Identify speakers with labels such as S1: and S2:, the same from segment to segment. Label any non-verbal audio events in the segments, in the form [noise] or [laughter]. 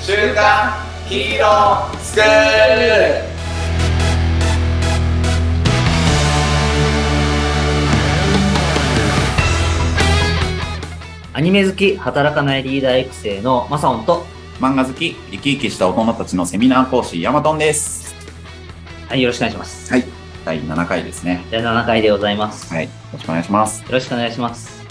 S1: 週刊ヒーロースクール
S2: アニメ好き、働かないリーダー育成のマサオンと、
S3: 漫画好き、生き生きした大人たちのセミナー講師、ヤマトンです。
S2: はい、よろしくお願いします。
S3: はい。第7回ですね。
S2: 第7回でございます。
S3: はい。よろしくお願いします。
S2: よろしくお願いします。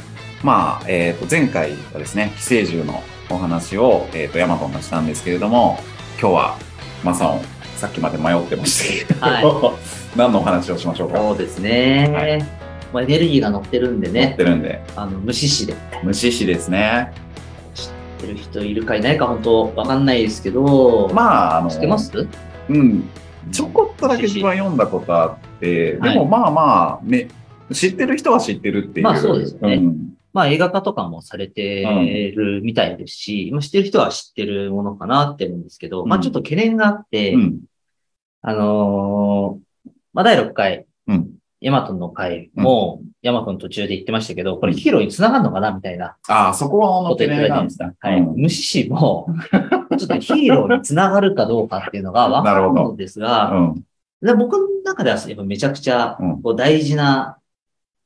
S3: まあ、えっ、と、前回はですね、寄生獣のお話を、えっ、と、ヤマトンがしたんですけれども、今日は、マサオン、さっきまで迷ってましたけど、
S2: は
S3: [laughs] 何のお話をしましょうか。
S2: そうですね。
S3: は
S2: まあ、エネルギーが乗ってるんで
S3: 持っ
S2: ね、
S3: てるんで、
S2: あの無視しでや
S3: 無視視ですね。
S2: ってる人いるかいないか本当わかんないですけど、
S3: ま
S2: あ、
S3: あ、あの、
S2: 知ってます
S3: うん。ちょこっとだけ自分は読んだことあって、でもまあまあ、ね、知ってる人は知ってるっていう。
S2: まあそうですね
S3: ん
S2: まあ映画化とかもされてるみたいですし、まあ、知ってる人は知ってるものかなって思うんですけど、まあ
S3: うん
S2: ちょっと懸念があって、
S3: うん。
S2: あのーまあ第6回、
S3: うん。
S2: ヤマトンの回も、ヤマトン途中で言ってましたけど、これヒーローに繋がるのかなみたいな
S3: ああ、そこは思
S2: こ
S3: っ
S2: と
S3: て
S2: 言って
S3: な
S2: た
S3: い
S2: じゃない
S3: な
S2: で。すか。はい。
S3: うん
S2: 無視し
S3: [laughs]
S2: も、ちょっとヒーローにつながるかどうかっていうのが分かる
S3: なるほ
S2: んですが、
S3: うん。
S2: で僕の中ではやっぱめちゃくちゃ
S3: うん
S2: こう大事な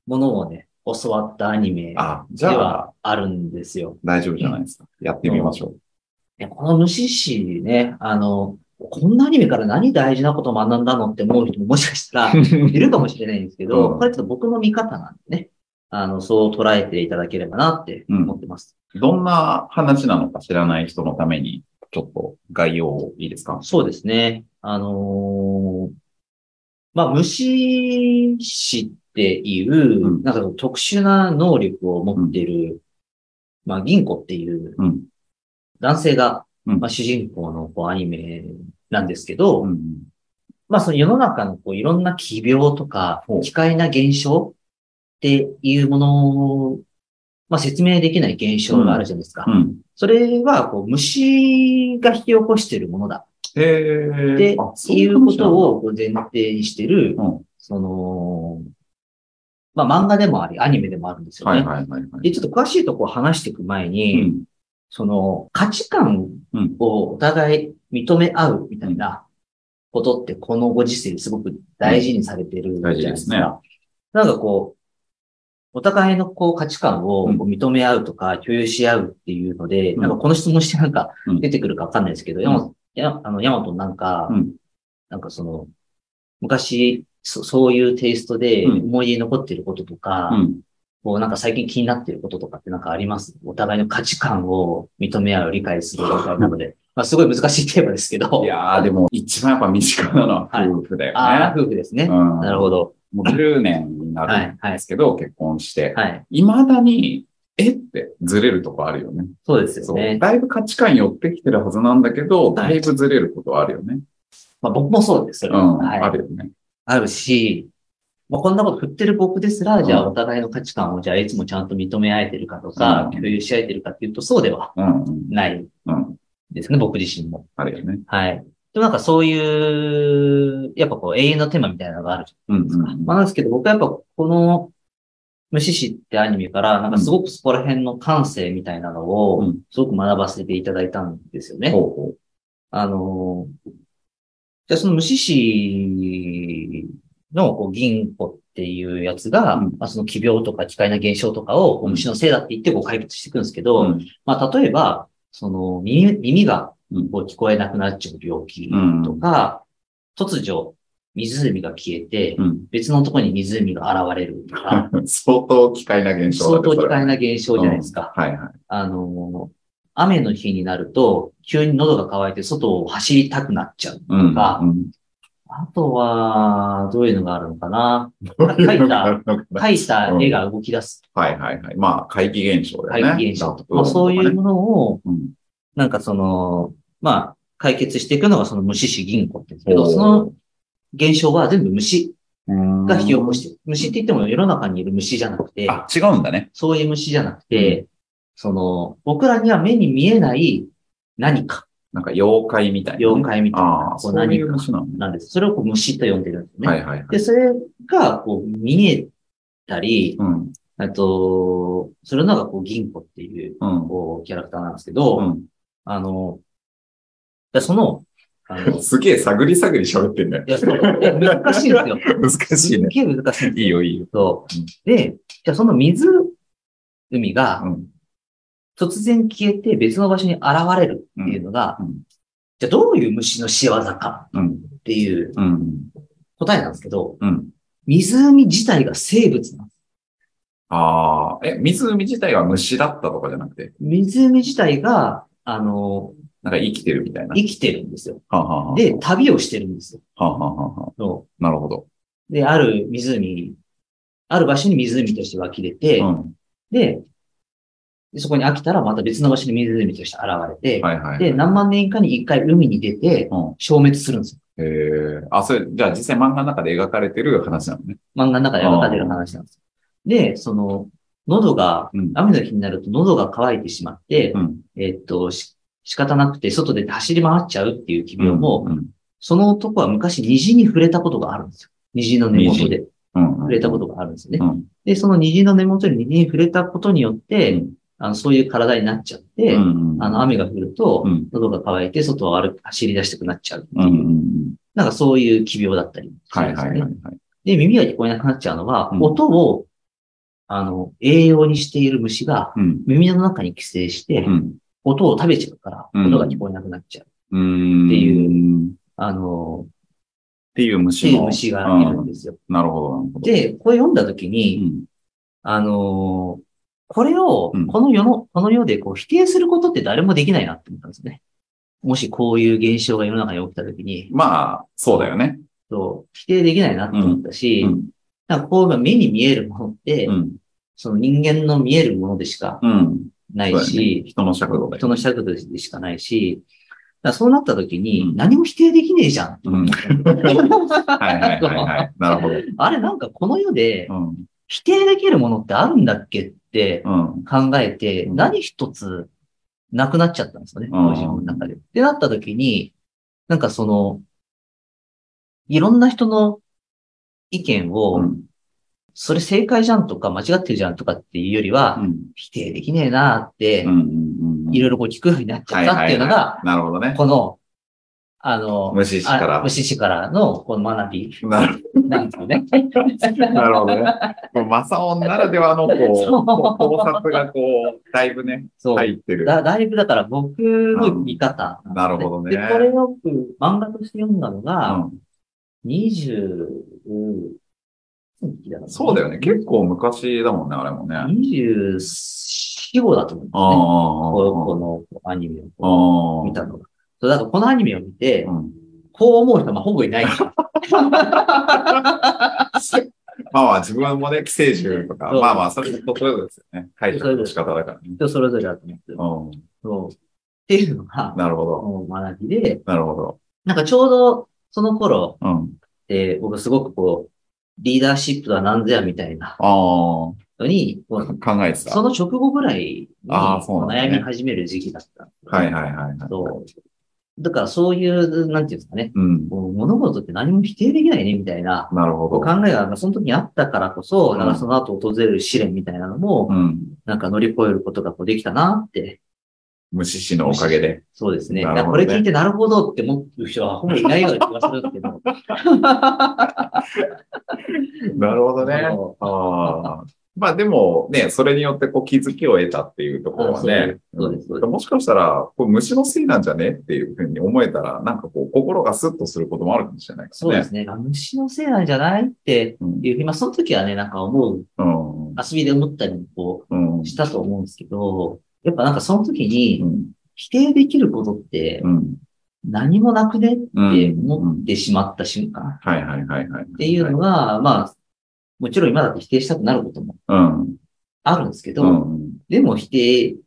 S2: ものをね、教わったアニメで
S3: あ、じゃあ、
S2: はあるんですよ。
S3: 大丈夫じゃないですか。やってみましょ
S2: いやこの無視しね、あの、こんなアニメから何大事なこと学んだのって思う人ももし
S3: [laughs]
S2: かしたら
S3: う。
S2: いるかもしれないんですけど、
S3: うん
S2: これちょっと僕の見方なんでね、あの、そう捉えていただければなって思ってます。
S3: どんな話なのか知らない人のために、ちょっと概要をいいですか
S2: そうですね。あのーまあ、虫師っていう、
S3: うん
S2: なんかこう特殊な能力を持っている、まあ、銀子っていう
S3: うん。
S2: 男性が、
S3: うん
S2: まあ、主人公のこうアニメなんですけど、
S3: うん。
S2: まあ、その世の中のこういろんな奇病とか
S3: ほう、
S2: 奇怪な現象っていうものを、まあ、説明できない現象があるじゃないですか。
S3: うん。
S2: それは、こう、虫が引き起こしているものだ
S3: へえ。
S2: って
S3: あそう
S2: い
S3: いうう
S2: こ
S3: 話な
S2: と
S3: の
S2: をこう前提にしてる、
S3: うん
S2: その、まあ漫画でもあり、アニメでもあるんですよ
S3: は
S2: ね。
S3: いはいはいは
S2: で、
S3: い。
S2: ちょっと詳しいとこを話していく前
S3: う
S2: に、
S3: ん。
S2: その価値観
S3: うん。
S2: をお互い認め合うみたいなことってこのご時世すごく大事にされてるじゃないですか。
S3: 大
S2: なんかこう、お互いのこう価値観をこう認め合うとか共有し合うっていうので、
S3: うん
S2: なんかこの質問してなんか
S3: うん
S2: 出てくるかわかんないですけど、ヤマやあのヤマトなんか、
S3: うん
S2: なんかその、昔、そそういうテイストで
S3: うん
S2: 思い出に残ってることとか、
S3: うん。
S2: こうなんか最近気になってることとかってなんかありますお互いの価値観を認め合う、理解するみたいなので、まあすごい難しいテーマですけど
S3: い、やー、でも、一番やっぱ身近なのは夫婦だよね。
S2: ああ、夫婦ですね。
S3: うん
S2: なるほど。
S3: もう10年にな
S2: は
S3: る
S2: い、は
S3: んで
S2: い、
S3: すけど、結婚して。
S2: はい。
S3: いまだに、えってずれるとこあるよね。
S2: そうですよ
S3: そう
S2: ね。
S3: だいぶ価値観寄ってきてるはずなんだけど、
S2: は
S3: だ
S2: い
S3: いぶずれることはあるよね。
S2: まあ僕もそうですよ、
S3: うん、
S2: はい
S3: あるよね。
S2: あるし、まあ、こんなこと振ってる僕ですら、じゃあ
S3: うん
S2: お互いの価値観を、じゃあいつもちゃんと認め合えてるかとか、
S3: うん
S2: 共有し合えてるかっていうと、そうでは
S3: うん、うん、
S2: ない
S3: うん、
S2: ですね、僕自身も。
S3: あるよね。
S2: はい。でもなんかそういう、やっぱこう永遠のテーマみたいなのがあるじ
S3: うん、う
S2: ゃない
S3: ん
S2: ですか。まあなんですけど、僕はやっぱこの、虫師ってアニメから、なんかすごくそこら辺の感性みたいなの
S3: う
S2: を
S3: ん、
S2: すごく学ばせていただいたんですよ
S3: うん。
S2: ね。
S3: ほうほ
S2: あのーじゃあその無視師のこう銀行っていうやつが、
S3: うん
S2: まあ、その奇病とか奇怪な現象とかをこ
S3: う
S2: う
S3: ん
S2: 虫のせいだって言ってこう解決していくんですけど、
S3: うん
S2: まあ例えば、その耳耳が
S3: うん
S2: こう聞こえなくなっちゃう病気
S3: うん
S2: とか、突如湖が消えて、
S3: う。
S2: 別のところに湖が現れるとか、
S3: うん。相当機械な現象だ
S2: 相
S3: ね [laughs]
S2: 当
S3: そ
S2: 奇
S3: れは
S2: 怪な現象じゃないですか。
S3: はいはい。
S2: あのー雨の日になると、急に喉が渇いて外を走りたくなっちゃう。
S3: うん。
S2: とか
S3: うん、
S2: あとは、どういうのがあるのかな
S3: ど [laughs] ういうのがあるのかな
S2: 描いた絵が動き出す
S3: はいはいはい。まあ、怪奇現象だよね。
S2: 怪奇現象とか、ま
S3: う
S2: あ
S3: ん
S2: そういう。ものを、
S3: うん。
S2: なんかその、まあ、解決していくのがその虫死銀行って言うんですけ
S3: お
S2: ど、
S3: ー
S2: その現象は全部虫が引き起こしててる。虫って言っても世の中にいる虫じゃなくて、
S3: あ、違うんだね。
S2: そういう虫じゃなくて、その、僕らには目に見えない何か、
S3: なんか妖怪みたいな。
S2: 妖。怪みたい
S3: あ
S2: な
S3: あ、、
S2: こ
S3: そううい
S2: 何
S3: う
S2: か
S3: 話なのね。
S2: なんです。それをこう虫と呼んでるんですね。
S3: はいはいはい。
S2: で、それがこう見えたり、
S3: うん。
S2: えっと、それのがこう、銀子っていう、
S3: うん。
S2: こう、キャラクターなんですけど、
S3: うん。
S2: あの、らその、あの、い
S3: すげえ探り探り喋ってんだよ。 [laughs]
S2: や、そういや難しいんですよ。
S3: 難しい
S2: すっ
S3: ね。
S2: げえ難しいんです
S3: いいよ、いいよ。
S2: よ。
S3: うん
S2: で、じゃあその湖が
S3: うん。
S2: 突然消えて別の場所に現れるっていうのが、
S3: うんうん
S2: じゃあどういう虫の仕業か
S3: うん。
S2: っていう
S3: うん。
S2: 答えなんですけど、
S3: うん。
S2: 湖自体が生物なんです。
S3: ああ。え、湖自体は虫だったとかじゃなくて、
S2: 湖自体が、あの、
S3: なんか生きてるみたいな。
S2: 生きてるんですよ。
S3: はあ、はあはあ、
S2: で、旅をしてるんですよ
S3: はあ、はあはあはあ。
S2: そ
S3: なるほど。
S2: う。で、ある湖、ある場所に湖として湧き出て、
S3: うん。
S2: で、でそこに飽きたらまた別の場所に湖として現れて、
S3: はいはい。
S2: で、何万年かに一回海に出て
S3: うん、
S2: 消滅するんですよ。
S3: えー、あ、それ、じゃあ実際漫画の中で描かれてる話なのね。
S2: 漫画の中で描かれる話なんですよ。で、その、喉が、
S3: うん。
S2: 雨の日になると喉が渇いてしまって、
S3: うん。
S2: えっと、し仕方なくて外出て走り回っちゃうっていう奇病も、
S3: うん、
S2: その男は昔虹に触れたことがあるんですよ。虹の根元で
S3: うん。。
S2: 触れたこととがあるんですよね。
S3: うん。
S2: で、その虹の根元に虹に触れたことによって、
S3: うん
S2: あのそういう体になっちゃって、
S3: うん。
S2: あの雨が降ると、
S3: うん
S2: 喉が渇いて外を歩く走り出したくなっちゃうって
S3: う
S2: い
S3: ん。
S2: う、
S3: うん。
S2: なんかそういう奇病だったりす
S3: は
S2: るん
S3: い
S2: です
S3: はい
S2: よ
S3: は
S2: ね。
S3: いはい。
S2: で、耳が聞こえなくなっちゃうのは、
S3: うん
S2: 音を、あの、栄養にしている虫が
S3: うん。
S2: 耳の中に寄生して、
S3: うん。
S2: 音を食べちゃうから、
S3: うん
S2: 音が聞こえなくなっちゃ
S3: う
S2: う。
S3: ん。
S2: って
S3: う。っ
S2: あの、
S3: ていう
S2: って
S3: 虫
S2: いう
S3: の。
S2: 虫がいるんですよ。
S3: うんなるほど、なるほど。、
S2: で、これ読んだ時
S3: う
S2: に、
S3: ん。
S2: あのーこれを
S3: うん、
S2: この世の、この世でこう否定することって誰もできないなって思ったんですね。もしこういう現象が世の中に起きたときに、
S3: まあ、そうだよね。
S2: そう否定できないなって思ったし、
S3: うん。
S2: なんかこう目に見えるものって、
S3: うん。
S2: その人間の見えるものでしか
S3: うん。
S2: ない
S3: そうだ
S2: し、
S3: 人の尺度で。
S2: 人の尺度でしかないし、だからそうなったとき
S3: う
S2: に
S3: ん
S2: 何も否定できねえじゃんって思った。
S3: はいはいはい
S2: [laughs]
S3: はい。なるほど。
S2: あれなんかこの世で
S3: うん。
S2: 否定できるものってあるんだっけって
S3: うん。
S2: 考えて、
S3: うん
S2: 何一つなくなっちゃったんですよね、
S3: うん
S2: ご自分の中で。ってなった時に、なんかその、いろんな人の意見を、
S3: うん。
S2: それ正解じゃんとか間違ってるじゃんとかっていうよりは、
S3: うん。
S2: 否定できねえなーって、
S3: うん。
S2: いろいろこう聞くようになっちゃったっていうのが、
S3: なるほどね。
S2: この、あの、
S3: 虫師から
S2: あ無。視師からのこの学び
S3: なる
S2: なんです
S3: [laughs]
S2: よね。
S3: なるほどね。こうマサオンならではのこ
S2: [laughs] そう
S3: う、こう考察がこう、だいぶね、
S2: そう。
S3: 入ってる。
S2: だだいぶだから僕の見方んですね、
S3: なるほどね
S2: で、これよく漫画として読んだのが、
S3: うん
S2: 20、だから
S3: そうだよね。結構昔だもんね、あれもね。ああ
S2: 24、5だと思うんですね。
S3: あ
S2: こうこのアニメ
S3: ああ
S2: を
S3: あ
S2: 見たのが。そう、だからこのアニメを見て、
S3: うん
S2: こう思う人はまあほぼいないから。
S3: まあまあ、自分もね、寄生獣とか、
S2: そう
S3: まあまあ、それとそれぞれですよね。解釈の仕方だからね。
S2: 人それぞれだと思うんですよ。
S3: う
S2: そう。っていうのが
S3: ん。、なるほど。
S2: もう学びで、
S3: なるほど。
S2: なんかちょうどその頃、
S3: うん。
S2: えー、僕すごくこう、リーダーシップとは何ぞやみたいな
S3: ああ、考
S2: のに、こう
S3: えてた。
S2: その直後ぐらいに
S3: あーそうなんだね
S2: 悩み始める時期だったんですよね。
S3: はいはいはいはい。
S2: そう。だからそういう、なんていうんですかね、
S3: うん。
S2: もう物事って何も否定できないね、みたいな
S3: なるほ
S2: 考
S3: ど。
S2: えがその時にあったからこそ、
S3: うん
S2: なんかその後訪れる試練みたいなのも
S3: う、ん。
S2: なんか乗り越えることがこうできたなって。
S3: 虫師のおかげ
S2: [laughs]
S3: で。
S2: そうですね。
S3: な
S2: だ
S3: る
S2: か
S3: ほ
S2: ら
S3: ど
S2: こ
S3: ね
S2: れ聞いてなるほどって思う人はほぼいないような気がするんです
S3: [laughs]
S2: けど。
S3: なるほどね。
S2: そ
S3: ああ。まあでもね、それによってこう気づきを得たっていうところはね。
S2: あそうですそうですそうです
S3: んもしかしたら、これ虫のせいなんじゃねっていうふうに思えたら、なんかこう心がスッとすることもあるかもしれないです
S2: そうで
S3: ね。
S2: すね。あ虫のせいなんじゃないって
S3: うん
S2: いう、まあその時はね、なんか思う、
S3: うん。
S2: 遊びで思ったりもこう、
S3: うん。
S2: したと思うんですけど、やっぱなんかその時に
S3: うん。
S2: 否定できることって
S3: うん。
S2: 何もなくねって
S3: うん
S2: 思ってしまった瞬間っ
S3: はいはいはいはい。って
S2: いうの
S3: が、
S2: が、まあ、もちろん今だって否定したくなることも
S3: うん。
S2: あるんですけ
S3: う
S2: ど、
S3: ん。
S2: でも否定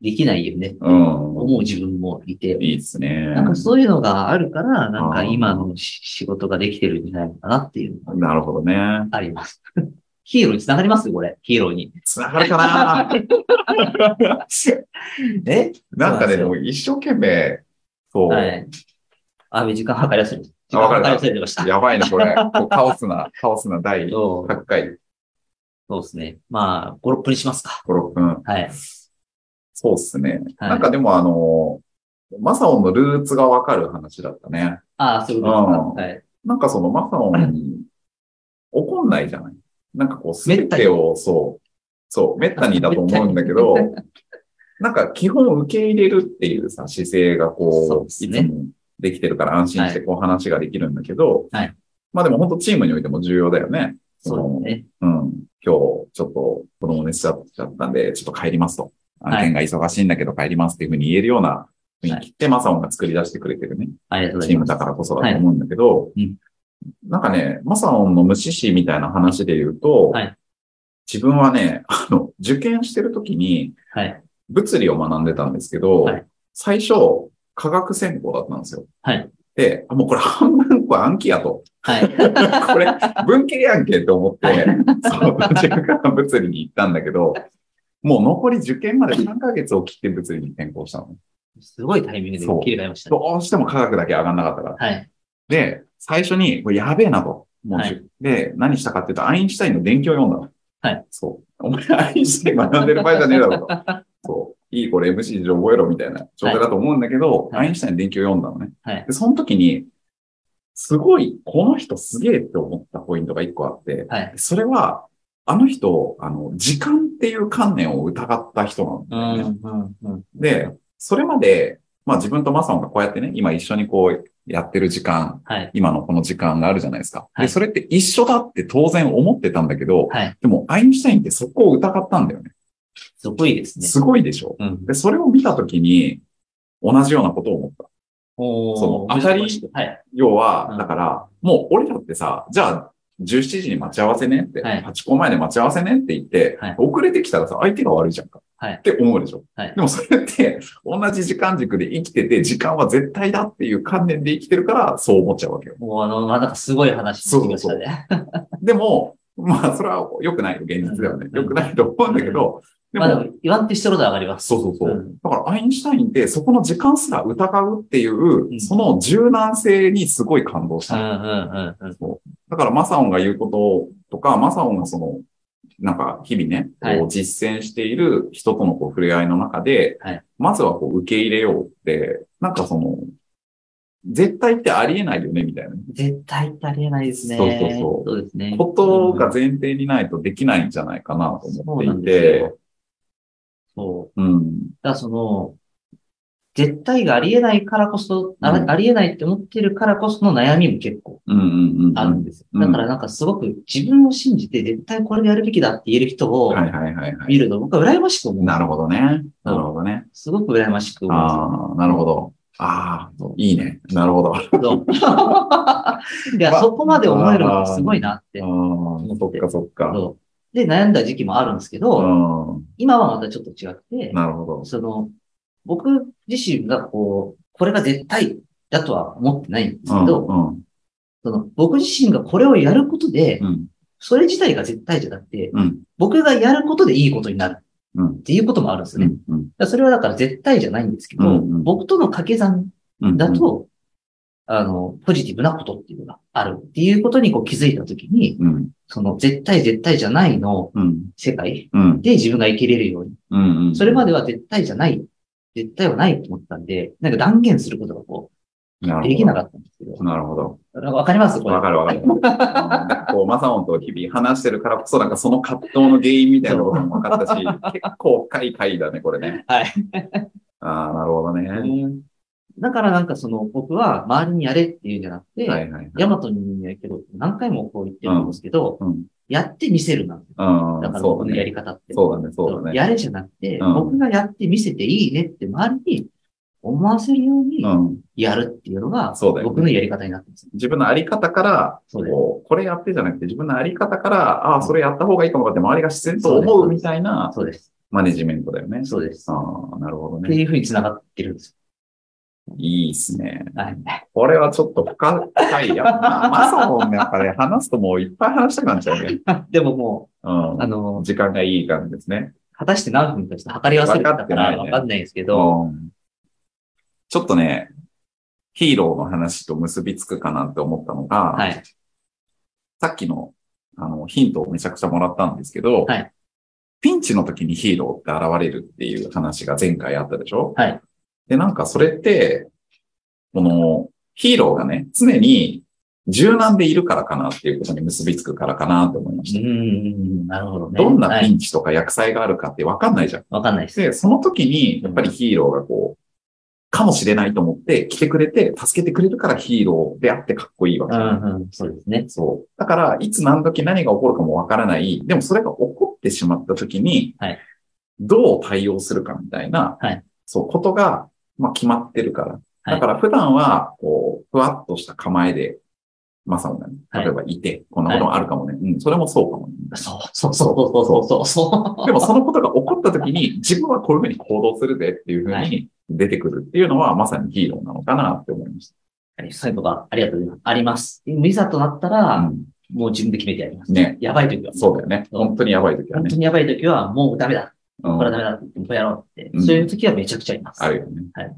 S2: できないよねって
S3: うん。
S2: 思う自分もいて、
S3: いいですね。
S2: なんかそういうのがあるから、なん
S3: あ
S2: か
S3: ー
S2: 今のし仕事ができてるんじゃないのかなっていうのが
S3: なるほどね。
S2: あります。 [laughs] ヒーローに繋がりますこれ。ヒーローに。
S3: つながるかな
S2: [laughs] え
S3: なんかね、
S2: そうなんです
S3: で
S2: よ
S3: も一生懸命、そう、
S2: はい。あ、時間計り忘れてる。時
S3: あわ
S2: 間
S3: か
S2: 計
S3: る
S2: り忘れてました。
S3: やばいね、これ。こうカオスな、カオスな第
S2: そう
S3: 8回、
S2: そうですね。まあ、5、6分にしますか。
S3: 5、6分。
S2: はい。
S3: そうっすね。
S2: はい
S3: なんかでもあの、マサオンのルーツがわかる話だったね。
S2: ああ、そういうことです
S3: なんかそのマサオンに怒んないじゃないなんかこう、すべてを、そう、そう、めったにだと思うんだけ
S2: [laughs]
S3: ど、なんか基本受け入れるっていうさ、姿勢が
S2: そう
S3: こ
S2: で
S3: う、
S2: す
S3: い
S2: ね
S3: つもできてるから安心してこう話ができるんだけど、
S2: はい
S3: まあでも本当チームにおいても重要だよね。
S2: か。はい。そうですね。
S3: うん。今日、ちょっと子供寝しちゃったんで、ちょっと帰りますと。
S2: はい
S3: 案件が忙しいんだけど帰りますっていうふうに言えるような雰囲気って、マサオンが作り出してくれてるね。
S2: ありがとうござ
S3: チ
S2: い
S3: ーム
S2: ます。
S3: だからこそだと思うんだけど、
S2: いうん
S3: なんかね、マサオンの無視しみたいな話で言うと、
S2: はい
S3: 自分はね、あの、受験してる時に
S2: はい。
S3: 物理を学んでたんですけど、
S2: はい
S3: 最初、科学専攻だったんですよ。
S2: はい
S3: で、あもうこれ半分これ暗記やと。
S2: はい。
S3: [laughs] これ、文系やんけって思って、そう、自分から物理に行ったんだけど、もう残り受験まで3ヶ月を切って物理に転校したの。
S2: すごいタイミングで切り替えましたね。
S3: どうしても科学だけ上がんなかったから。
S2: はい。
S3: で、最初に、これやべえなと。もう
S2: はい
S3: で、何したかっていうと、アインシュタインの伝記を読んだの。
S2: はい。
S3: そう。お前、アインシュタイン学んでる場合じゃねえだ
S2: [laughs]
S3: ろと。そう。いい、これ MC 上覚えろみたいな状態だと思うんだけど、
S2: はい
S3: アインシュタインの伝記を読んだのね。
S2: はい
S3: で、その時に、すごい、この人すげえって思ったポイントが一個あって、
S2: はい。
S3: それは、あの人、あの、時間っていう観念を疑った人なん
S2: う
S3: だよね。
S2: ん、うん、うん。
S3: で、それまで、まあ自分とマサオンがこうやってね、今一緒にこうやってる時間、
S2: はい。
S3: 今のこの時間があるじゃないですか。
S2: は
S3: で、
S2: い
S3: それって一緒だって当然思ってたんだけど、
S2: はい。
S3: でもアインシュタインってそこを疑ったんだよね。
S2: すごいですね。
S3: すごいでしょ。
S2: うん。
S3: で、それを見たときに、同じようなことを思った。
S2: おー
S3: その当たり
S2: はい。
S3: 要
S2: う
S3: は
S2: ん、
S3: だから、もう俺らってさ、じゃあ、17時に待ち合わせねって、
S2: はい
S3: 8個前で待ち合わせねって言って、
S2: はい
S3: 遅れてきたらさ、相手が悪いじゃんか。
S2: はい
S3: って思うでしょ。
S2: はい
S3: でもそれって、同じ時間軸で生きてて、時間は絶対だっていう観念で生きてるから、そう思っちゃうわけよ。
S2: もうあの、まあなんかすごい話聞きましたね。
S3: でも、まあ、それは良くないよ、現実ではね。
S2: うん
S3: 良くないと思うんだけど、で
S2: まあで
S3: も、
S2: も、言わんとしてることは上がります。
S3: そうそうそうう。
S2: ん
S3: だから、アインシュタインって、そこの時間すら疑うってい
S2: うん
S3: う、その柔軟性にすごい感動し
S2: うん、う
S3: た。
S2: ん、うん、うん。
S3: だから、マサオンが言うこととか、マサオンがその、なんか、日々ね、
S2: はい
S3: こう実践している人とのこう触れ合いの中で、
S2: はい
S3: まずはこう受け入れようって、なんかその、絶対ってありえないよね、みたいな。
S2: 絶対ってありえないですね。
S3: そうそうそう
S2: そうですね。
S3: ことが前提にないとできないんじゃないかなと
S2: そ
S3: 思
S2: う
S3: っ
S2: な
S3: て
S2: ん
S3: い
S2: です
S3: て
S2: よ。。そう。
S3: うん。
S2: だからその、絶対がありえないからこそ、あ
S3: うん
S2: ありえないって思ってるからこその悩みも結構
S3: うんうんうん。
S2: あるんです
S3: う
S2: よ。
S3: ん
S2: だからなんかすごく自分を信じて絶対これでやるべきだって言える人を
S3: はいはいはいはい。
S2: 見るの僕は羨ましく思う。
S3: なるほどね。なるほどね。
S2: すごく羨ましく思う
S3: ああ、なるほど。ああ、いいね。なるほど。あ
S2: んですけど。い [laughs] や、
S3: まあ
S2: そこまで思えるのってすごいなって。
S3: あ、そっかそっか。
S2: そうで、悩んだ時期もあるんですけ
S3: う
S2: ど、
S3: ん。
S2: 今はまたちょっと違くて、
S3: なるほど。
S2: その、僕自身がこう、これが絶対だとは思ってないんです
S3: う
S2: け
S3: ん。
S2: ど、
S3: うん。
S2: その、僕自身がこれをやることで、
S3: うん。
S2: それ自体が絶対じゃなくて、
S3: うん。
S2: 僕がやることでいいことになる
S3: うん
S2: っていうこともあるんですよね。だか
S3: うん。
S2: らそれはだから絶対じゃないんですけど、
S3: うんうん
S2: 僕との掛け算
S3: うん。
S2: だ、と、あの、ポジティブなことっていうのがあるっていうことにこう気づいたときに、
S3: うん。
S2: その絶対絶対じゃないの
S3: うん。
S2: 世界
S3: うん。
S2: で自分が生きれるように、
S3: うん。
S2: それま
S3: で、
S2: では絶対じゃない、絶対はないと思ったんで、なんか断言することがこう、できな
S3: か
S2: かったんですけ
S3: なるほど。
S2: ど、わかりますこれ
S3: わ。かるわかる。こう、マサオンと日々話してるからこそ、なんかその葛藤の原因みたいなことも分かったし、結構深い回だね、これね。
S2: はい。
S3: ああ、なるほどね。
S2: だからなんかその、僕は周りにやれっていうんじゃなくて、
S3: はいはいはい。
S2: ヤマトにやるけど、何回もこう言ってるんですけど、
S3: うん。
S2: やってみせるなんて。
S3: うん。
S2: だから
S3: そ
S2: こ
S3: う
S2: の
S3: だ
S2: や
S3: ね。
S2: り方って。
S3: そうだね、そうだね。
S2: やれじゃなくて、
S3: うん
S2: 僕がやってみせていいねって周りに思わせるように
S3: うん。
S2: やるっていうのが、
S3: そうだよね
S2: 僕のやり方になってます。
S3: 自分のあり方から、
S2: そうです。
S3: こう、これやってじゃなくて、自分のあり方から、ああ、それやった方がいいかもかって、周りが自然と思うみたいな
S2: そうです。
S3: マネジメントだよね。
S2: そうです。
S3: ああ、なるほど
S2: って
S3: ね。
S2: いうふうに繋がってるんです [laughs]
S3: いいっすね。
S2: よ。はい。
S3: これはちょっと深い。
S2: [laughs]
S3: やっぱ、マサオンやっぱね、話すともういっぱい話したくなっちゃうね。
S2: でもも
S3: うん
S2: う、あ。の、
S3: 時間がいい感じですね。
S2: 果たして何分かちょっと測り忘れてたから
S3: わ
S2: わ
S3: か
S2: か
S3: っ
S2: んないですけど、
S3: うんちょっとね、ヒーローの話と結びつくかなって思ったのが、
S2: はい。
S3: さっきのあのヒントをめちゃくちゃもらったんですけど、
S2: はい
S3: ピンチの時にヒーローって現れるっていう話が前回あったでしょ
S2: はい
S3: で、なんかそれって、このヒーローがね、常に柔軟でいるからかなっていうことに結びつくからかなと思いました。
S2: ん、なるほどね。
S3: どんな
S2: は
S3: ピ
S2: い
S3: ンチとか薬剤があるかってわかんないじゃん。
S2: わかんないです。
S3: で、その時に、やっぱりヒーローがこう、かもしれないと思って来てくれて、助けてくれるからヒーローであってかっこいいわけ
S2: う
S3: じゃん。
S2: ん、うん、そうですね。
S3: そう。だから、いつ何時何が起こるかもわからない。でもそれが起こってしまった時に、
S2: はい
S3: どう対応するかみたいな、
S2: はい
S3: そう、ことが、まあ、決まってるから。
S2: はい
S3: だから普段は、こう、ふわっとした構えで、まさがね、
S2: はい
S3: 例えばいて、こんなこともあるかもね、うん、それもそうかもね。
S2: そう、そう、そう、そう、そう、そう。
S3: でもそのことが起こった時に、自分はこういうふうに行動するぜっていうふう
S2: は
S3: に出てくるっていうのは、まさにヒーローなのかなって思いまし
S2: そういうことがありがとうございます。あります。いざとなったら、
S3: た。
S2: もう自分で決めてやります。
S3: ね。
S2: やばい時は、
S3: そうだよね。本当にやばい時は
S2: 本
S3: ね
S2: 当。にやばい時は、もうダメだ。
S3: うん
S2: これはダメだ。これやろうって。
S3: うん
S2: そういう時はめちゃくちゃいます。
S3: あるよね。
S2: はい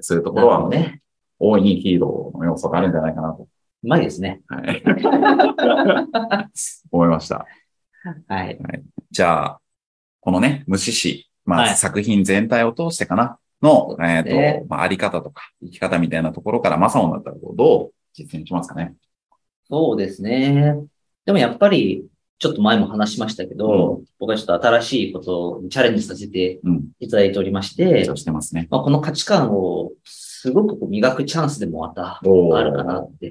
S3: そういうとこ
S2: な
S3: ろ
S2: るほど
S3: は、
S2: ね。
S3: 大いにヒーローの要素があるんじゃないかなと、
S2: うまいですね。
S3: はい、思いました。
S2: はい。
S3: じゃあ、このね、無視し、まあ、
S2: はい
S3: 作品全体を通してかな、の、えっ、と、
S2: ね
S3: まあ、あり方とか、生き方みたいなところから、マサオだったらどう実践しますかね。
S2: そうですね。でもやっぱり、ちょっと前も話しましたけど、僕はちょっと新しいことにチャレンジさせて
S3: うん。
S2: いただいておりまして
S3: 成、長してますね。
S2: まあ、この価値観をすごくこう磨くチャンスでもまた
S3: お
S2: あるかなって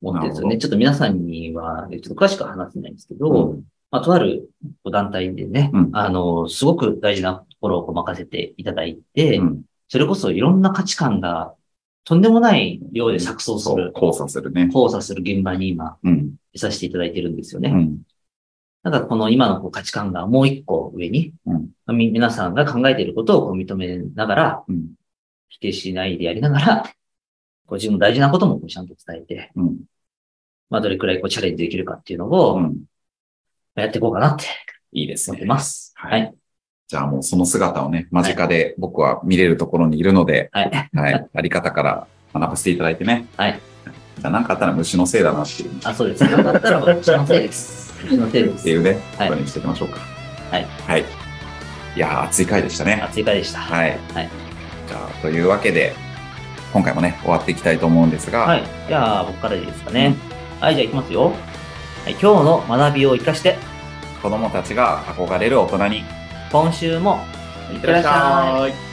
S2: 思ってるんで
S3: なる
S2: すよ
S3: ほ
S2: ね。
S3: ど
S2: ちょっと皆さんには、ちょっと詳しくは話せないんですけど、
S3: うん
S2: まあ、とあるこう団体でね、
S3: うん
S2: あの、すごく大事なところをこう任せていただいて、
S3: うん
S2: それこそいろんな価値観がとんでもない量で錯綜す
S3: そう、
S2: る、
S3: 交差するね。
S2: 交差する現場に今、
S3: うん。
S2: いさせていただいてるんですよ
S3: う
S2: ね。
S3: ん。
S2: だからこの今のこう価値観がもう一個上に、
S3: うん
S2: み皆さんが考えていることをこう認めながら、
S3: うん。
S2: 否定しないでやりながら、こう自分の大事なこともこうちゃんと伝えて、
S3: うん。
S2: まあどれくらいこうチャレンジできるかっていうのを
S3: うん。
S2: やっていこうかなって
S3: いいです
S2: 思っ
S3: ね
S2: て。ます。
S3: は
S2: はいい。
S3: じゃあもうその姿をね、間近で僕は見れるところにいるので、
S2: はい。
S3: はい。あり方から学ばせていただいてね。
S2: はい。
S3: じゃあ、なんかあったら虫のせいだなっていう、
S2: あ、そうです。よかった
S3: [laughs]
S2: ら私のせいです。私のせいで
S3: ってい
S2: す。
S3: うね、
S2: はい
S3: ことにしていきましょうか。
S2: はい
S3: はい。いやー、熱い回でしたね。
S2: あ、追加でした。はい。
S3: はい。じゃあ、というわけで、今回もね、終わっていきたいと思うんですが、
S2: じゃあ僕からでいいですかね。はい、じゃあいきますよ。はい、今日の学びを生かして、
S3: 子供たちが憧れる大人に、
S2: 今週も、いってらっしゃい。
S3: い。